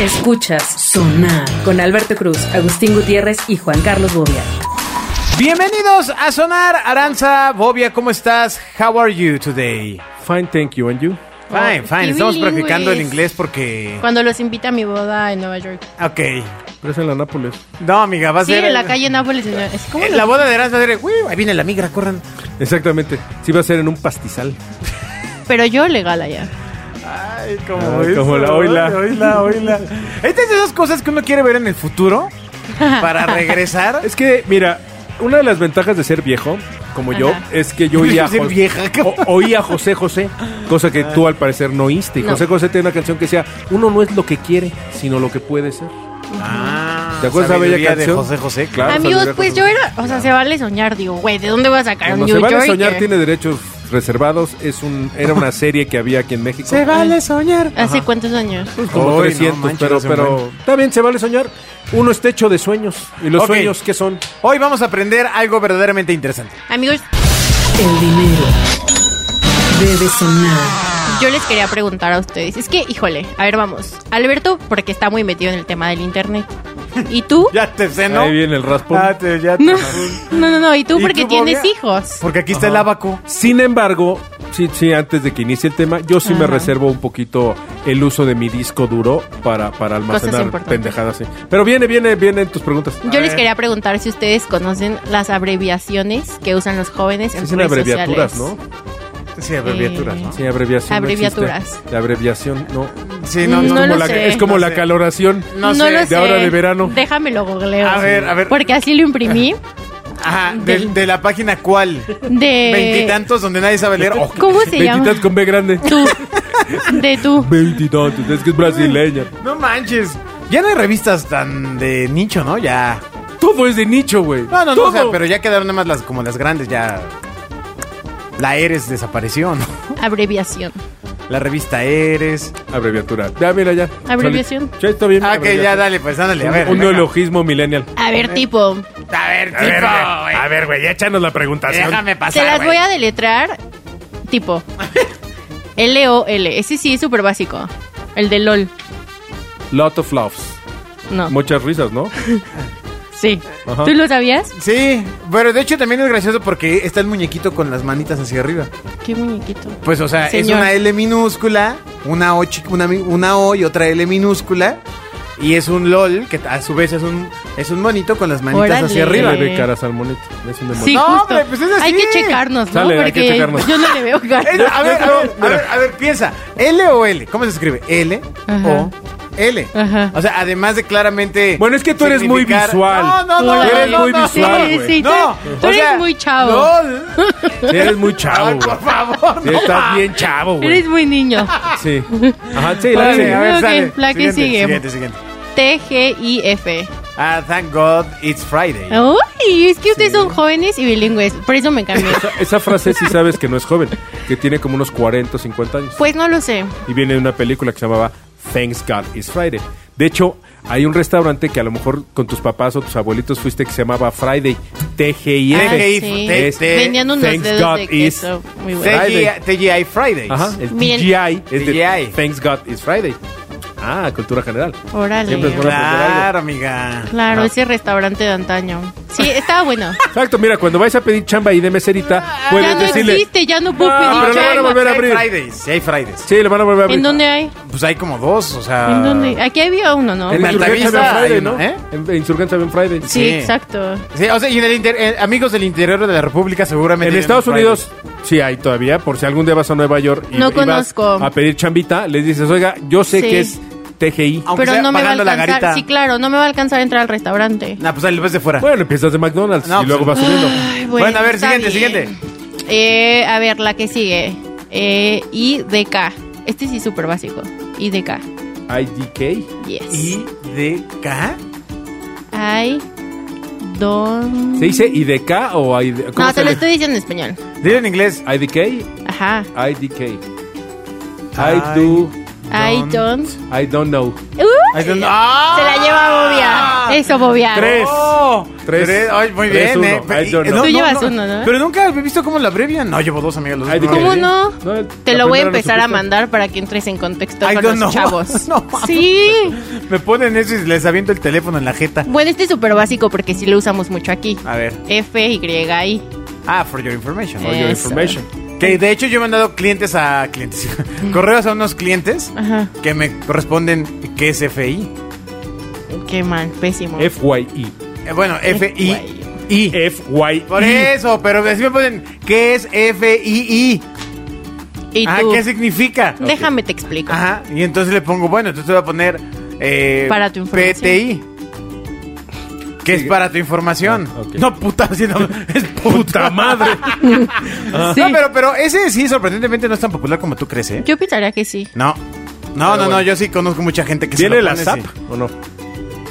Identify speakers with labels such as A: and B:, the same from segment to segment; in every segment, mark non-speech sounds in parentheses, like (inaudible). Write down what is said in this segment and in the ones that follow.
A: Escuchas Sonar con Alberto Cruz, Agustín Gutiérrez y Juan Carlos Bobia.
B: Bienvenidos a Sonar, Aranza, Bobia, ¿cómo estás? How are you today?
C: Fine, thank you. And you?
B: Fine,
D: Oh,
B: fine.
D: qué
B: Estamos practicando el
D: bilingües.
B: inglés porque...
D: Cuando los invita a mi boda en Nueva York.
B: Ok.
C: Pero es en la Nápoles.
B: No, amiga, va a
C: Ah,
D: Sí,
B: ser...
D: en la calle Nápoles. en- es como
B: Eh,
D: los-
B: La boda de Aranza va a ser... "Uy, ahí viene la migra, corran.
C: Exactamente. Sí va a ser en un pastizal.
D: Pero yo legal allá.
B: Ay, como,
C: Ay, como la oila.
B: Oila, oila. Esta es de esas cosas que uno quiere ver en el futuro
D: (laughs)
B: para regresar.
C: Es que, mira, una de las ventajas de ser viejo, como yo,
D: Ajá.
C: es que yo oía a,
B: Ser
C: Jos-
B: vieja, cabrón.
C: o- oí a José José, cosa que tú al parecer no oíste. Y
A: No.
C: José José tiene una canción que decía, uno no es lo que quiere, sino lo que puede ser.
B: Ah,
C: ¿Te acuerdas de esa bella
B: sabiduría
C: canción?
B: de José José? Claro.
C: Claro,
D: Amigos,
C: saludaría
D: pues
C: José
D: yo
C: Luis.
D: era. O sea, se vale soñar. Digo, güey, ¿de dónde voy a sacar un
C: Cuando
D: Ah, New
C: se vale
D: Yorker?
C: soñar tiene derechos reservados, es un, era una serie que había aquí en México.
B: vale soñar.
D: ¿Hace cuántos años?
C: Pues como
B: Ay, no
C: 300,
B: manches,
C: pero,
B: hace un
C: pero
B: buen.
C: también se vale soñar. Uno está hecho de sueños. ¿Y los
B: Ok.
C: sueños qué son?
B: Hoy vamos a aprender algo verdaderamente interesante.
D: Amigos,
A: El dinero debe sonar.
D: yo les quería preguntar a ustedes. Es que, híjole, a ver, vamos. Alberto, porque está muy metido en el tema del internet.
C: (laughs)
D: ¿Y tú?
B: Ya te sé, ¿no?
C: Ahí viene el raspón.
B: Ya te, ya te-
D: No, no, no, no. ¿Y tú?
B: ¿Y
D: Porque
B: tú,
D: tienes
B: Bobia?
D: hijos.
B: Porque aquí está el abaco.
C: Sin embargo, sí, sí, antes de que inicie el tema, yo sí me
D: Ajá.
C: reservo un poquito el uso de mi disco duro para, para almacenar
D: importantes.
C: pendejadas. sí. Pero viene, viene, vienen tus preguntas.
D: Yo les quería preguntar si ustedes conocen las abreviaciones que usan los jóvenes en
C: Dicen
D: redes
C: Ah, abreviaturas,
D: sociales.
C: ¿no?
B: Sí, abreviaturas, ¿no?
C: Sí, abreviación. no existe.
D: Abreviaturas.
C: La abreviación, no.
B: Sí,
D: No
C: es como,
D: lo
C: la,
D: sé.
C: es como
B: No
C: la
B: sé.
C: caloración.
B: No sé,
D: lo
C: de ahora de verano.
D: Déjamelo googleo.
B: A ver, a ver.
D: Porque así lo imprimí
B: Ajá, de,
D: Del-
B: de la página cuál.
D: de...
B: Veintitantos donde nadie sabe leer. Oh,
D: ¿Cómo se llama?
C: Veintitantos con B
D: (laughs)
C: grande.
D: Tú. De tú.
C: Veintitantos, es que es brasileña.
B: no manches. Ya no hay revistas tan de nicho, ¿no? Ya.
C: Todo es de nicho, güey.
B: No, no, no,
C: Todo.
B: o sea, pero ya quedaron nada más las, como las grandes, ya. La Eres desapareció, ¿no?
D: Abreviación.
B: La revista Eres.
C: Abreviatura. Ya, mira, ya.
D: Abreviación.
C: Ya está bien.
B: Ah, que ya,
C: abreviatura.
B: dale, pues ándale, a ver.
C: Un
B: venga.
C: neologismo millennial.
D: A ver, tipo.
B: A ver, Ah, tipo,
C: ver,
B: güey.
C: A ver, güey, ya échanos la preguntación.
B: Déjame pasar.
D: Se las
B: güey.
D: voy a deletrar. Tipo. L-O-L. E. Ese sí es súper básico. El de LOL.
C: Lot of loves.
D: No.
C: Muchas risas, ¿no?
D: Sí.
C: Ajá.
D: ¿Tú lo sabías?
B: Sí, pero de hecho también es gracioso porque está el muñequito con las manitas hacia arriba.
D: Qué muñequito.
B: Pues, o sea, es
D: Señor.
B: una L minúscula, una O, chi- una, mi- una O y otra L minúscula. Y es un LOL, que a su vez es un, es un monito con las manitas
D: Órale.
B: hacia
C: Arriba
B: arriba.
D: Eh.
C: de cara a salmonete. Es un demonio.
D: Sí,
B: No,
D: justo.
B: hombre, pues es así.
D: Hay que checarnos, ¿no?
C: Sale, hay que
D: Porque
C: checarnos.
D: yo no le veo cara.
B: Es- a, ver, a, ver, a,
C: Mira.
B: ver, a ver, piensa. ¿L o L? ¿Cómo se escribe? L
D: Ajá.
B: o L.
D: Ajá.
B: O sea, además de claramente.
C: Bueno, es que tú eres muy
B: significar-
C: visual.
B: No, no, no.
D: Órale.
B: no,
C: eres
B: no,
C: muy
B: no,
C: visual,
D: Sí,
C: güey.
D: sí, tú-
B: No,
D: tú
B: o
D: eres
B: sea,
D: muy chavo.
B: LOL.
C: Sí, eres muy
B: Ay,
C: chavo,
D: (laughs)
C: güey.
B: por favor.
C: Sí,
B: no.
C: estás bien chavo, güey.
D: Eres muy niño.
C: Sí. Ajá, sí, la
B: Órale,
C: sí.
B: a ver,
D: Ok,
B: sale.
D: la
B: Siguiente,
D: que sigue.
B: Siguiente, siguiente.
D: T-G-I-F.
B: Ah, thank God it's Friday.
D: Uy, es que ustedes son jóvenes y bilingües. Por eso me
C: (laughs)
D: cambié.
C: Esa, esa frase sí sabes que no es joven, que tiene como unos 40 o 50 años.
D: Pues no lo sé.
C: Y viene de una película que se llamaba Thanks God It's Friday. De hecho, hay un restaurante que a lo mejor con tus papás o tus abuelitos fuiste que se llamaba Friday.
B: Ah,
C: TGIF.
B: T-G-I-
D: sí.
B: te-
C: te-
D: Vendían unos
C: Este, Thanks
D: dedos
C: God
D: de
C: is-
D: queso. Muy bueno.
B: TGI TGI Fridays.
C: Ajá, el
D: Miren.
C: TGI es
B: TGI.
C: de Thanks God It's Friday. Ah, cultura general.
D: Órale.
C: Siempre es bueno.
B: Claro, amiga.
D: Claro,
C: Ajá.
D: ese restaurante de antaño. Sí,
C: (laughs)
D: estaba bueno.
C: Exacto, mira, cuando vais a pedir chamba y de meserita, puedes
D: Ah, ya no
C: decirle.
D: existe, ya no puedo
C: No,
D: pedir
C: pero lo van a
D: chamba.
C: volver a
B: Sí hay
C: abrir.
B: Fridays, sí hay Fridays.
C: Sí, le van a volver a abrir. Ah.
D: ¿En dónde hay?
B: Pues hay como dos, o sea.
D: ¿En dónde? Aquí había uno, ¿no?
C: En
B: la
C: Insurgencia
B: Altavista
C: Ben Friday,
B: hay uno,
C: ¿no?
B: ¿eh?
C: En en Insurgencia Ben Friday.
D: Sí,
B: Sí.
D: exacto.
B: Sí, o sea, y en el inter- eh, amigos del interior de la República seguramente.
C: En
B: tienen
C: Estados
B: Fridays.
C: Unidos sí hay todavía, por si algún día vas a Nueva York y,
D: No
C: y vas
D: conozco.
C: a pedir chambita, les dices, oiga, yo sé
D: Sí.
C: que es TGI.
B: Aunque sea
D: pero no me va a
B: pagando la garita.
D: alcanzar. Sí, claro, no me va a alcanzar a entrar al restaurante.
B: Nah, pues ahí lo ves de fuera.
C: Bueno, empiezas de McDonald's
B: No,
C: y luego
B: pues-
C: vas subiendo.
D: Ay,
B: Bueno, a ver,
D: está
B: siguiente,
D: bien. Eh, a ver, la que sigue. Eh, IDK. Este sí es súper básico. IDK.
C: IDK.
D: Yes.
B: ¿Y de K?
D: I don't...
C: ¿Se dice IDK o ID- cómo
D: No,
C: se
D: te lo
C: le-
D: estoy diciendo en español.
B: Dilo en inglés.
C: IDK?
D: Ajá.
C: IDK. I
B: Ay.
C: do.
D: I
B: Don't.
D: don't...
C: I don't know.
D: ¡Uy!
B: Ahí está- ¡Ah!
D: Se la lleva Bobia. Eso, Bobia.
C: Tres.
B: ¡Oh!
C: Tres.
B: Tres. Ay, muy
C: Tres,
B: bien,
C: uno.
B: eh. Pe-
C: Ahí yo
B: eh,
C: no.
D: Tú llevas uno, ¿no?
B: Pero nunca he visto cómo la abrevian. No, llevo dos, amiga. Los
C: Ay,
B: dos
C: ¿de
B: no.
D: ¿Cómo
C: Sí.
D: no?
C: No, la
D: Te lo voy
C: primera
D: a
C: no
D: empezar a
C: supiste.
D: mandar para que entres en contexto
B: I
D: con los
B: don't know. (laughs)
D: chavos.
B: No mames.
D: sí.
B: Me ponen eso y les aviento el teléfono en la jeta.
D: Bueno, este es súper básico porque sí lo usamos mucho aquí.
B: A ver.
D: F, Y, I.
B: Ah, for your information.
C: For your
D: Eso.
C: information.
B: Que de hecho yo he mandado clientes a clientes. (laughs) correos a unos clientes
D: Ajá.
B: que me corresponden que es FI.
D: Qué mal, pésimo.
C: FYI.
B: Eh, bueno, FI. I. Eh,
C: FYI.
B: Por eso, pero así me ponen ¿qué es FII?
D: ¿Y
B: Ah,
D: tú?
B: ¿qué significa?
D: Déjame te explico.
B: Ajá, y entonces le pongo, bueno, entonces voy a poner eh,
D: Para tu información.
B: PTI. Que es
C: Sí.
B: para tu información.
C: Ah, ok.
B: No, puta, (laughs) sí, no, es puta (laughs)
C: Puta
B: madre.
C: madre.
D: Sí.
B: No, pero, pero ese sí, sorprendentemente, no es tan popular como tú crees, ¿eh?
D: Yo pensaría que sí.
B: No. No, no, no,
C: bueno.
B: yo sí conozco mucha gente que se
C: ¿Viene
B: lo
C: la
B: pone,
C: SAP
B: sí.
C: o no?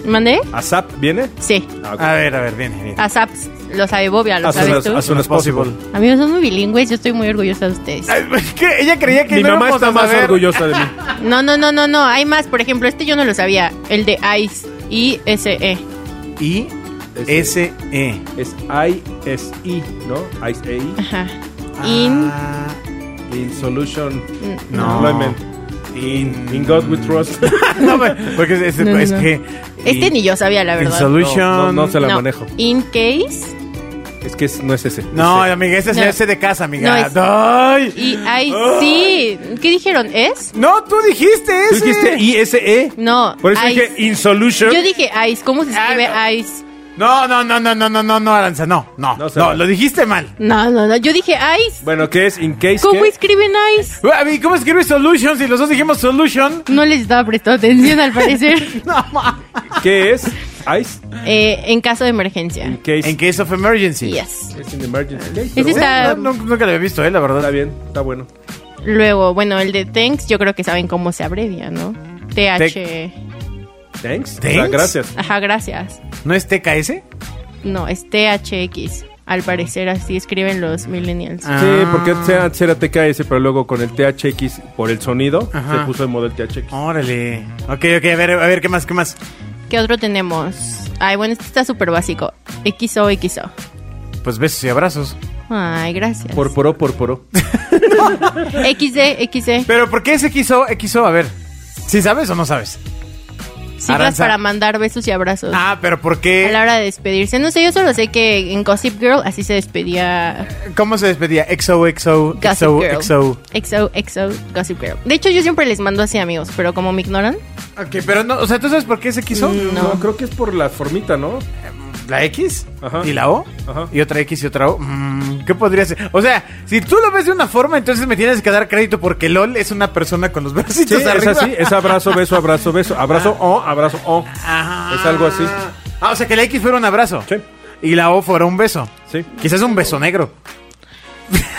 D: ¿Mandé?
C: ¿A SAP viene?
D: Sí.
C: Ah, ok. Ah.
B: A ver, a ver, viene, viene.
D: A SAPS lo sabe Bobia, lo
C: As soon
D: sabes
C: as,
D: tú.
C: as soon as possible.
D: Amigos, son muy bilingües, yo estoy muy orgullosa de ustedes.
B: Ay, (laughs) ¿qué? Ella creía que
C: Mi
B: no
C: mamá
B: íbamos
C: está
B: a
C: más
B: saber.
C: orgullosa de mí.
B: (laughs)
D: No, no, no, no, no. Hay más. Por ejemplo, este yo no lo sabía. El de ICE. E, I-S-E.
B: I S E.
C: Es ISI, ¿no? ISI.
D: Ajá. In.
B: Ah,
C: In Solution.
B: No.
C: Employment.
B: In.
C: In God we trust.
B: (laughs) No, porque es, es-
D: No, no,
B: es
D: no.
B: que.
D: Este
B: in-
D: ni yo sabía, la
B: in
D: verdad.
B: solution.
C: No, no, no se la
D: No.
C: manejo.
D: In case.
C: Es que es- no es ese.
B: No,
C: es
B: amiga, ese es
D: No.
B: ese de casa, amiga.
D: No, es-
B: ¡Ay!
C: (gasps)
B: Ah.
D: Y
C: Ah.
D: IC. ¿Qué dijeron? ¿Es?
B: No, tú dijiste
C: ¿Tú
B: ese.
C: dijiste ISE?
D: No.
C: Por eso
D: ICE.
C: dije In Solution.
D: Yo dije ICE. ¿Cómo se escribe
B: Ah,
D: ICE?
B: No, no, no, no, no, no, no, no, Aranza, no, no, no,
C: No se vale.
B: lo dijiste mal.
D: No, no, no. Yo dije ICE.
C: Bueno, ¿qué es? In case.
D: ¿Cómo
C: ¿qué?
D: escriben ICE?
B: Ué, A mí, ¿cómo escribe solution si los dos dijimos solution?
D: No les estaba prestando atención al
C: (laughs)
D: parecer.
B: No, ma.
C: ¿Qué es? ICE.
D: Eh, en caso de
C: In
D: emergencia.
C: case.
B: En case of emergency.
D: Yes.
C: Es in emergency case.
D: Ese
C: pero bueno,
D: está-
B: No, no, nunca lo había visto, eh, la
C: Está
B: verdad.
C: bien, está bueno.
D: Luego, bueno, el de thanks, yo creo que saben cómo se abrevia, ¿no?
B: E
D: TH.
C: Thanks.
B: Thanks.
C: O sea, gracias.
D: Ajá, gracias.
B: ¿No es TKS?
D: No, es THX. Al parecer así escriben los millennials.
B: Ah.
C: Sí, porque antes era TKS, pero luego con el THX, por el sonido,
B: Ajá.
C: se puso de moda el THX.
B: Órale. Ok, ok, a ver, a ver, ¿qué más, qué más?
D: ¿Qué otro tenemos? Ay, bueno, este está súper básico. XO, XO.
B: Pues besos y abrazos.
D: Ay, gracias.
C: Por poró, por oh. poró.
D: XD, XD.
B: Pero ¿por qué es XO, XO? A ver, ¿sí sabes o no sabes?
D: Siglas
B: Aranza.
D: para mandar besos y abrazos.
B: Ah, pero ¿por
D: A la
B: qué?
D: hora de despedirse. No sé, yo solo sé que en Gossip Girl así se despedía
B: ¿Cómo se despedía? XO, XO,
D: Gossip
B: XO,
D: Girl.
B: XO.
D: XO, XO, Gossip Girl. De hecho, yo siempre les mando así, amigos, pero como me ignoran.
B: Ok, Mm. pero no, o sea, ¿tú sabes por qué es XO?
D: No.
C: creo que es por la formita, ¿no?
B: La X
C: Ajá.
B: y la O
C: Ajá.
B: y otra X y otra O. Mm, ¿Qué podría ser? O sea, si tú lo ves de una forma, entonces me tienes que dar crédito porque LOL es una persona con los
C: Sí,
B: bracitos
C: es
B: arriba.
C: así, es abrazo, beso, abrazo, beso, abrazo,
D: Ah.
C: o, abrazo, oh. o.
B: Ajá.
C: Es algo así.
B: Ah, o sea, que la X fuera un abrazo.
C: Sí.
B: Y la O fuera un beso.
C: Sí.
B: Quizás un beso negro.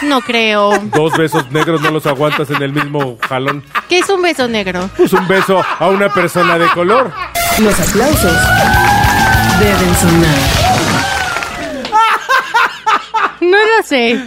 D: No creo.
C: Dos besos negros no los aguantas en el mismo jalón.
D: ¿Qué es un beso negro?
C: Pues un beso a una persona de color.
A: Los aplausos deben sonar.
D: No lo sé.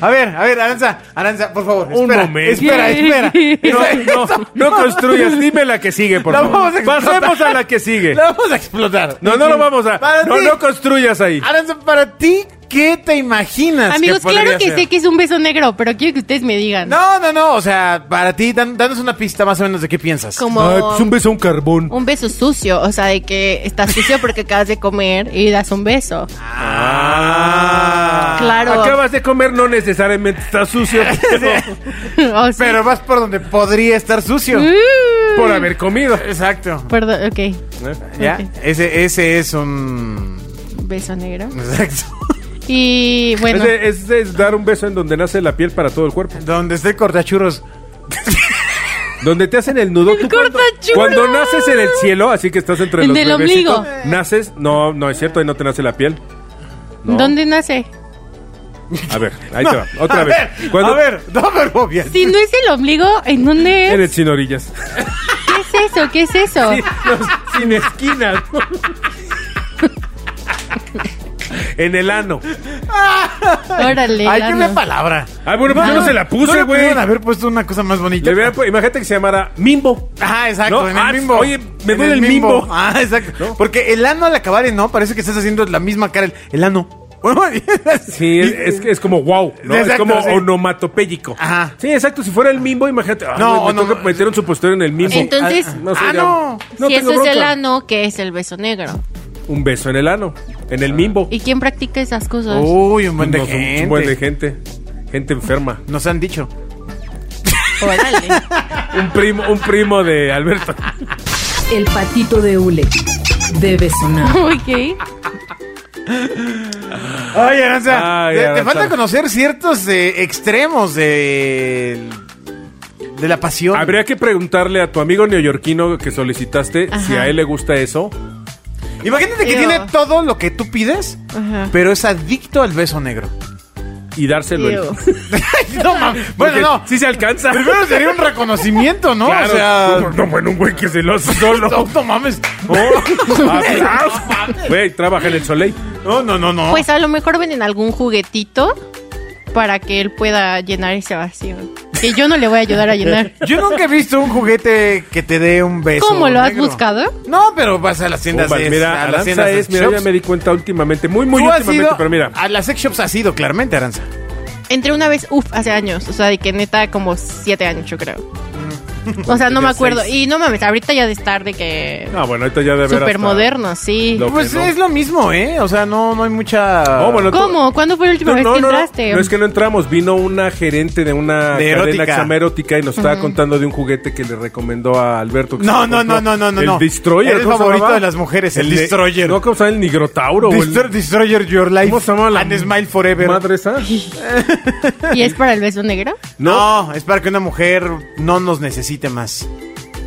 B: A ver, a ver, Aranza, Aranza, por favor.
C: Un
B: espera,
C: momento.
B: Espera, espera. (laughs)
C: No, no, no construyas. Dime la que sigue, por
B: La
C: favor.
B: vamos a explotar.
C: Pasemos a la que sigue.
B: La vamos a explotar.
C: No, no lo vamos a.
B: Para
C: No,
B: ti.
C: no construyas ahí.
D: Ah,
B: Aranza, para ti, ¿qué te imaginas?
D: Amigos, claro
B: podría
D: que
B: ser?
D: sé que es un beso negro, pero quiero que ustedes me digan.
B: No, no, no, o sea, para ti, dan- danos una pista más o menos de qué piensas.
D: Como
C: Ay, pues un beso a un carbón.
D: un beso sucio, o sea, de que estás sucio porque acabas de comer y das un beso. (laughs)
B: Ah. (laughs)
D: Claro.
C: Acabas de comer, no necesariamente está
D: (laughs)
C: sucio. ¿Eh? pero
D: O sea,
B: Pero vas por donde podría estar sucio.
D: Mm.
C: por haber comido.
B: Exacto.
D: Perdón, ok.
B: ¿Ya?
D: Ok.
B: Ese, ese es un...
D: Beso negro.
B: Exacto. (laughs)
D: Y bueno,
C: Ese- ese es dar un beso en donde nace la piel para todo el cuerpo.
B: Donde esté el cortachurros.
C: Donde te hacen el nudo.
D: ¡El
C: Tú cuando,
D: cortachuelo!
C: cuando naces en el cielo, así que estás entre
D: El
C: los
D: del
C: bebecitos,
D: ombligo.
C: Naces, no, no es cierto, ahí no te nace la piel. No.
D: ¿dónde nace?
C: A ver,
B: (laughs)
C: ahí te va,
B: No,
C: otra
B: a
C: vez.
B: Ver,
C: Cuando-
B: A ver, no me obvias.
D: Si no es el ombligo, ¿en dónde es?
C: En el sin orillas.
D: ¿Qué es eso? ¿Qué es eso?
B: (laughs)
C: Sí, los- sin esquinas. en el ano.
D: Órale.
B: Ay, qué
D: lana.
B: una palabra.
C: Ah, bueno, pues yo no se la puse,
B: le
C: güey.
B: pudieron haber puesto una cosa más bonita.
C: Le hubiera pu- imagínate que se llamara Mimbo.
B: Ajá, exacto,
C: No,
B: en
C: ah,
B: el mimbo.
C: oye, me
B: En
C: duele el mimbo.
B: Ah, exacto. Porque el ano al acabar en no, parece que estás haciendo la misma cara. El, el ano. (laughs)
C: Sí, es, es, que es como wow, ¿no? es
B: Exacto,
C: como
B: sí.
C: onomatopéyico.
B: Ajá.
C: Sí, exacto. Si fuera el mimbo, imagínate. ah,
B: No,
C: güey, me
B: no,
C: toca-
B: no.
C: metieron su posterior en el mimbo.
D: Entonces,
C: Ah,
B: ah,
C: sé, ya-
B: no.
D: si eso
C: tengo
D: es el
C: bronca.
D: ano, ¿qué es el beso negro?
C: Un beso en el ano, en el mimbo.
D: ¿Y quién practica esas cosas?
C: Oh.
B: Uy, un buen de
C: Nos- un-
B: gente.
C: Un buen de gente. Gente enferma.
B: Nos han dicho.
D: Órale.
C: Un primo, un primo de Alberto.
A: El patito de hule debe sonar.
D: (laughs) ok.
B: Ay, Aranza.
C: Ay,
B: te, te
C: Aranza.
B: falta conocer ciertos eh, extremos de, de la pasión.
C: Habría que preguntarle a tu amigo neoyorquino que solicitaste si
D: Ajá.
C: a él le gusta eso.
B: Imagínate que
D: Ew.
B: tiene todo lo que tú pides,
D: Ajá.
B: pero es adicto al beso negro. (laughs)
C: y dárselo. él. (laughs)
D: Ew.
B: no mames. Bueno,
C: Porque
B: no.
C: Sí se alcanza.
B: Primero sería un reconocimiento, ¿no?
C: Claro.
B: O sea.
C: No, no, bueno, un güey que se lo hace
B: No, (laughs)
C: solo. (laughs)
B: no mames.
C: Oh, aplausos. Güey, trabaja en el Soleil.
B: No, no, no, no.
D: (laughs) Pues a lo mejor venden algún juguetito para que él pueda llenar ese vacío. Que yo no le voy a ayudar
C: (laughs)
D: a llenar.
B: Yo nunca he visto un juguete que te dé un beso.
D: ¿Cómo lo has
B: negro.
D: buscado?
B: No, pero vas a las tiendas
C: Pumas,
B: de
C: mira,
B: a las
C: Aranza
B: de
C: es, mira,
B: shops.
C: ya me di cuenta últimamente, muy, muy
B: Tú has
C: últimamente,
B: ido-
C: pero mira.
B: A las sex shops has ido, claramente, Aranza.
D: Entré una vez, uff, hace años. O sea, de que neta, como siete años, yo creo. O sea, no me
C: Mm. Ya
D: acuerdo.
C: seis.
D: Y no mames, ahorita ya de estar de que.
C: No, Ah, bueno, ahorita ya de verdad.
D: Súper moderno, sí.
C: Lo-
B: Pues
C: que no.
B: es lo mismo, ¿eh? O sea, no, no hay mucha.
C: No, bueno, tú-
D: ¿Cómo? ¿Cuándo fue la última
C: No,
D: vez
C: no,
D: que
C: no, no.
D: entraste?
C: No, es que no entramos. Vino una gerente de una
B: De
C: cadena
B: erótica.
C: que se llama Erótica y nos estaba contando de un juguete que le recomendó a Alberto. que
B: No,
C: se
B: no,
C: compró.
B: no, no, no, no,
C: El
B: no.
C: Destroyer.
B: Era el
C: ¿cómo se
B: favorito
C: llamaba?
B: de las mujeres, el
C: de-
B: Destroyer.
C: No, ¿cómo se llama? El Nigrotauro. o el-
B: Destro- Destroyer Your Life.
C: ¿Cómo se llama la
B: And Smile Forever.
C: madre esa?
B: (laughs)
D: ¿Y es para el beso negro?
C: No,
B: No, es para que una mujer no nos necesite más.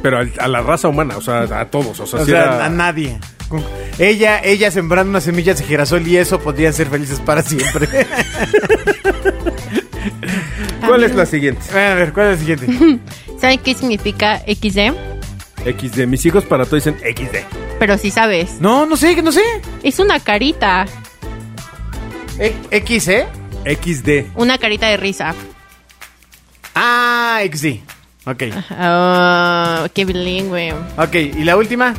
C: pero al- a la raza humana, o sea, a todos. O sea,
B: O
C: sí
B: sea,
C: era-
B: a nadie. Con- Ella, ella sembrando unas semillas de girasol y eso podrían ser felices para siempre.
C: (laughs) ¿Cuál es la siguiente?
B: Bueno, a ver, ¿cuál es el siguiente?
D: ¿Saben qué significa XD?
C: XD. Mis hijos para todo dicen XD.
D: Pero sí sabes.
B: No, no sé, no sé.
D: Es una carita.
B: E- X, ¿eh?
C: XD.
D: Una carita de risa.
B: Ah, XD. Ok.
D: Ah, qué bilingüe.
B: Ok, ¿y la última?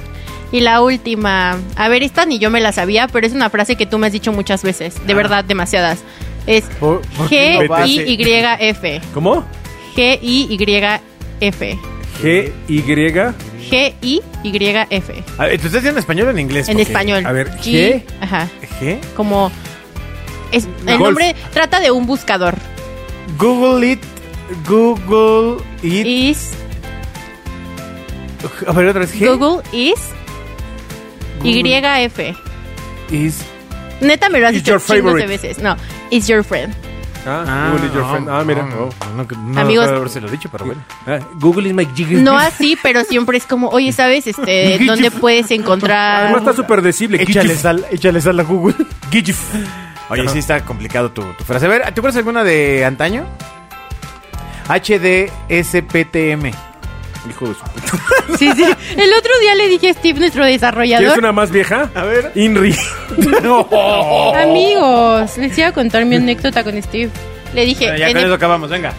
D: Y la última. A ver, esta ni yo me la sabía, pero es una frase que tú me has dicho muchas veces. De verdad, demasiadas. Es
B: ¿Por- por qué no vas, eh?
D: G-I-Y-F.
C: ¿Cómo?
D: G-I-Y-F.
C: G-Y.
D: G-I-Y-F.
B: A ver, Ah, ¿Tú estás diciendo en español o en inglés?
D: En
B: Porque-
D: español.
C: a ver,
D: G-
C: G-
D: Ajá.
B: ¿G?
D: Como. Es, el
C: Golf.
D: nombre trata de un buscador.
B: Google it. Google it.
D: Is.
B: A ver, otra vez. G.
D: Google is. Y-F.
B: Is.
D: Neta me lo has
C: Is
D: dicho
C: your
D: chingos de
C: favorite.
D: veces. No, is your friend.
C: Ah, Google is your friend. Ah, mira.
B: no,
C: Oh.
B: no, que- no
D: Amigos-
B: puedo habérselo dicho, pero bueno.
C: Ah, Google is my jigger.
D: No así, pero siempre es como, oye, ¿sabes
C: (laughs)
D: este, dónde puedes
C: Además está
D: encontrar?
C: súper decible.
B: Échale
C: Gijif.
B: sal, échale sal a Google. (laughs)
C: Gijif.
B: Oye,
C: Ajá.
B: sí está complicado tu, tu frase. A ver, ¿te acuerdas alguna de antaño? HDSPTM.
C: Hijo de su puta.
D: Sí, sí. El otro día le dije a Steve, nuestro
C: ¿Quieres
D: desarrollador,
C: una más vieja?
B: A ver. (laughs)
C: Inri. Oh.
D: amigos, les iba a contar mi anécdota con Steve. Le dije,
B: Bueno, ya con
D: "N-".
B: eso acabamos, venga.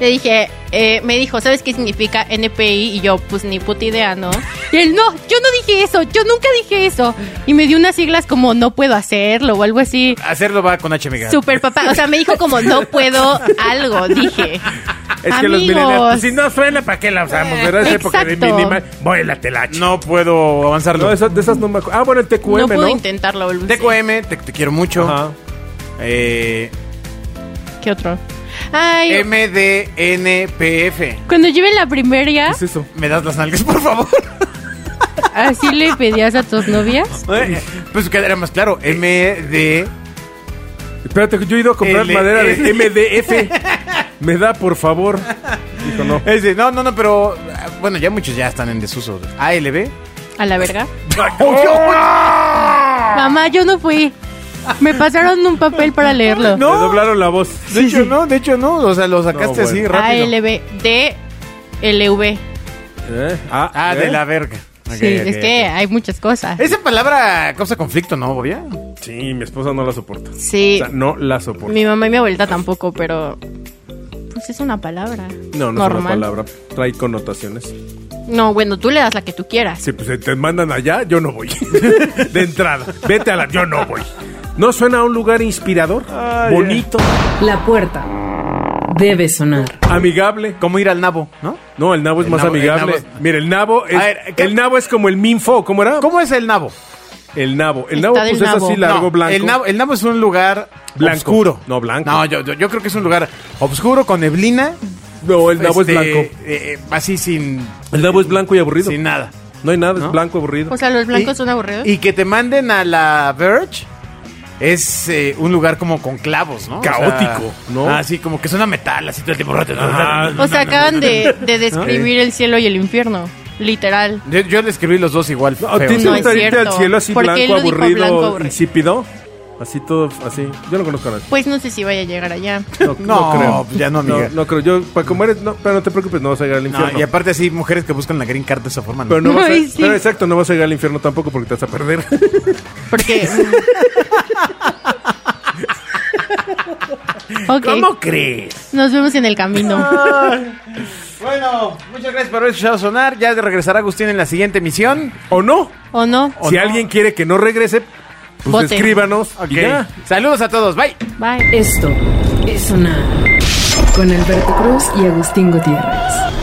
D: le dije, eh, me dijo, ¿sabes qué significa NPI? Y yo, pues ni puta idea, ¿no? Y él, no, yo no dije eso, yo nunca dije eso. Y me dio unas siglas como, no puedo hacerlo o algo así.
B: Hacerlo va con H, amiga.
D: Super papá, o sea, me dijo como, no puedo algo, dije.
C: Es que los millennials. Si no suena, ¿para qué la usamos? Era esa época de
D: Exacto.
C: minimal. Vuélate la ch-
B: No puedo avanzarlo.
C: No, esas, de esas no me acuerdo. Ah, bueno, el TQM,
D: no
C: ¿no?
D: puedo intentarlo. o algo así.
B: TQM, te, te quiero mucho.
C: Ajá.
B: Eh,
D: ¿Qué otro? Ay,
B: Em. MDNPF.
D: cuando lleve la
B: ¿Ah?
D: primaria,
C: (laughs) ¿Qué es eso?
B: ¿Me das las nalgas, (laughs) por favor?
D: ¿así le pedías a tus novias?
B: Eh, pues quedará más claro. MD.
C: Espérate, yo he ido a comprar
B: L- E
C: madera
B: L- (laughs)
C: de MDF. Me da, por favor. Dijo, no.
B: Ese, no, no, no, pero. ah, Bueno, ya muchos ya están en desuso. ALB.
D: A la verga.
B: ¡Oh!
D: Mamá, yo no fui. Me pasaron un papel para leerlo.
C: Me doblaron la voz.
B: De hecho, no, de hecho, no. O sea, lo sacaste
C: No, bueno.
B: así
D: A,
B: rápido.
D: L, B, D, L, V.
C: ¿Eh? Ah,
B: Ah,
C: ¿eh?
B: de la verga. Ok,
D: Sí,
B: ok,
D: es
B: ok.
D: que hay muchas cosas.
B: Esa palabra causa conflicto, ¿no, Bobia?
C: Sí, mi esposa no la soporta.
D: Sí.
C: O sea, no la soporta.
D: Mi mamá y mi abuelita tampoco, pero. Pues es una palabra.
C: No, no es una
D: normal.
C: palabra. Trae connotaciones.
D: No, bueno, tú le das la que tú quieras.
C: Si pues, te mandan allá, yo no voy. (laughs) De entrada. Vete a la. Yo no voy. ¿No suena a un lugar inspirador? bonito.
B: eh.
A: La puerta debe sonar.
C: Amigable.
B: Como ir al nabo, ¿no?
C: No, el nabo es
B: El
C: más
B: nabo- el
C: amigable.
B: nabo es-
C: Mira, el nabo es,
B: A ver, ¿qué-
C: el nabo es como el minfo. ¿Cómo era?
B: ¿Cómo es el nabo?
C: El nabo. El
D: Está
C: nabo,
D: del
C: pues es así
D: nabo.
C: largo,
B: No,
C: blanco.
B: El nabo, el nabo es un lugar
C: Blanco.
B: oscuro.
C: No, blanco.
B: No, yo, yo, yo creo que es un lugar oscuro con neblina.
C: No, el nabo
B: este,
C: es blanco.
B: eh, eh, así sin,
C: El nabo es blanco y aburrido.
B: sin nada.
C: No hay nada,
B: ¿No?
C: es blanco aburrido.
D: O sea, los blancos
B: Y-
D: son aburridos.
B: Y que te manden a la Verge es eh, un lugar como con clavos, ¿no? O sea,
C: Caótico, ¿no?
B: Así como que suena metal, así todo el tiempo.
C: Ah,
B: (laughs)
D: o sea, acaban de, de describir el cielo y el infierno. Literal.
B: Yo, yo le escribí los dos igual.
C: No,
B: feos.
C: ¿Tienes
D: No
C: un
D: es
C: tarjeta
D: cierto.
C: al cielo así
D: ¿Por qué
C: blanco,
D: él lo dijo
C: aburrido,
D: blanco, aburrido?
C: insípido? Así todo, así. Yo no conozco a nadie.
D: Pues no sé si vaya a llegar allá.
C: No,
B: No, pues
C: creo.
B: ya no, amiga.
C: No, creo. Yo, para comer, no, pero no te preocupes, no vas a llegar al infierno.
B: No, y aparte así, mujeres que buscan la green card de esa forma. ¿no?
C: pero no vas a,
D: Ay, sí.
C: pero exacto, no vas a llegar al infierno tampoco porque te vas
B: (laughs)
C: a perder.
D: Porque. mm, ok.
B: crees?
D: Nos vemos en el camino.
B: bueno, muchas gracias por haber escuchado sonar. Ya regresará Agustín en la siguiente emisión.
C: ¿O no?
D: ¿O no?
C: si alguien quiere que no regrese, pues
D: Voten.
C: escríbanos. y ya.
B: Saludos a todos. Bye.
D: Bye.
A: Esto es sonar. Con Alberto Cruz y Agustín Gutiérrez.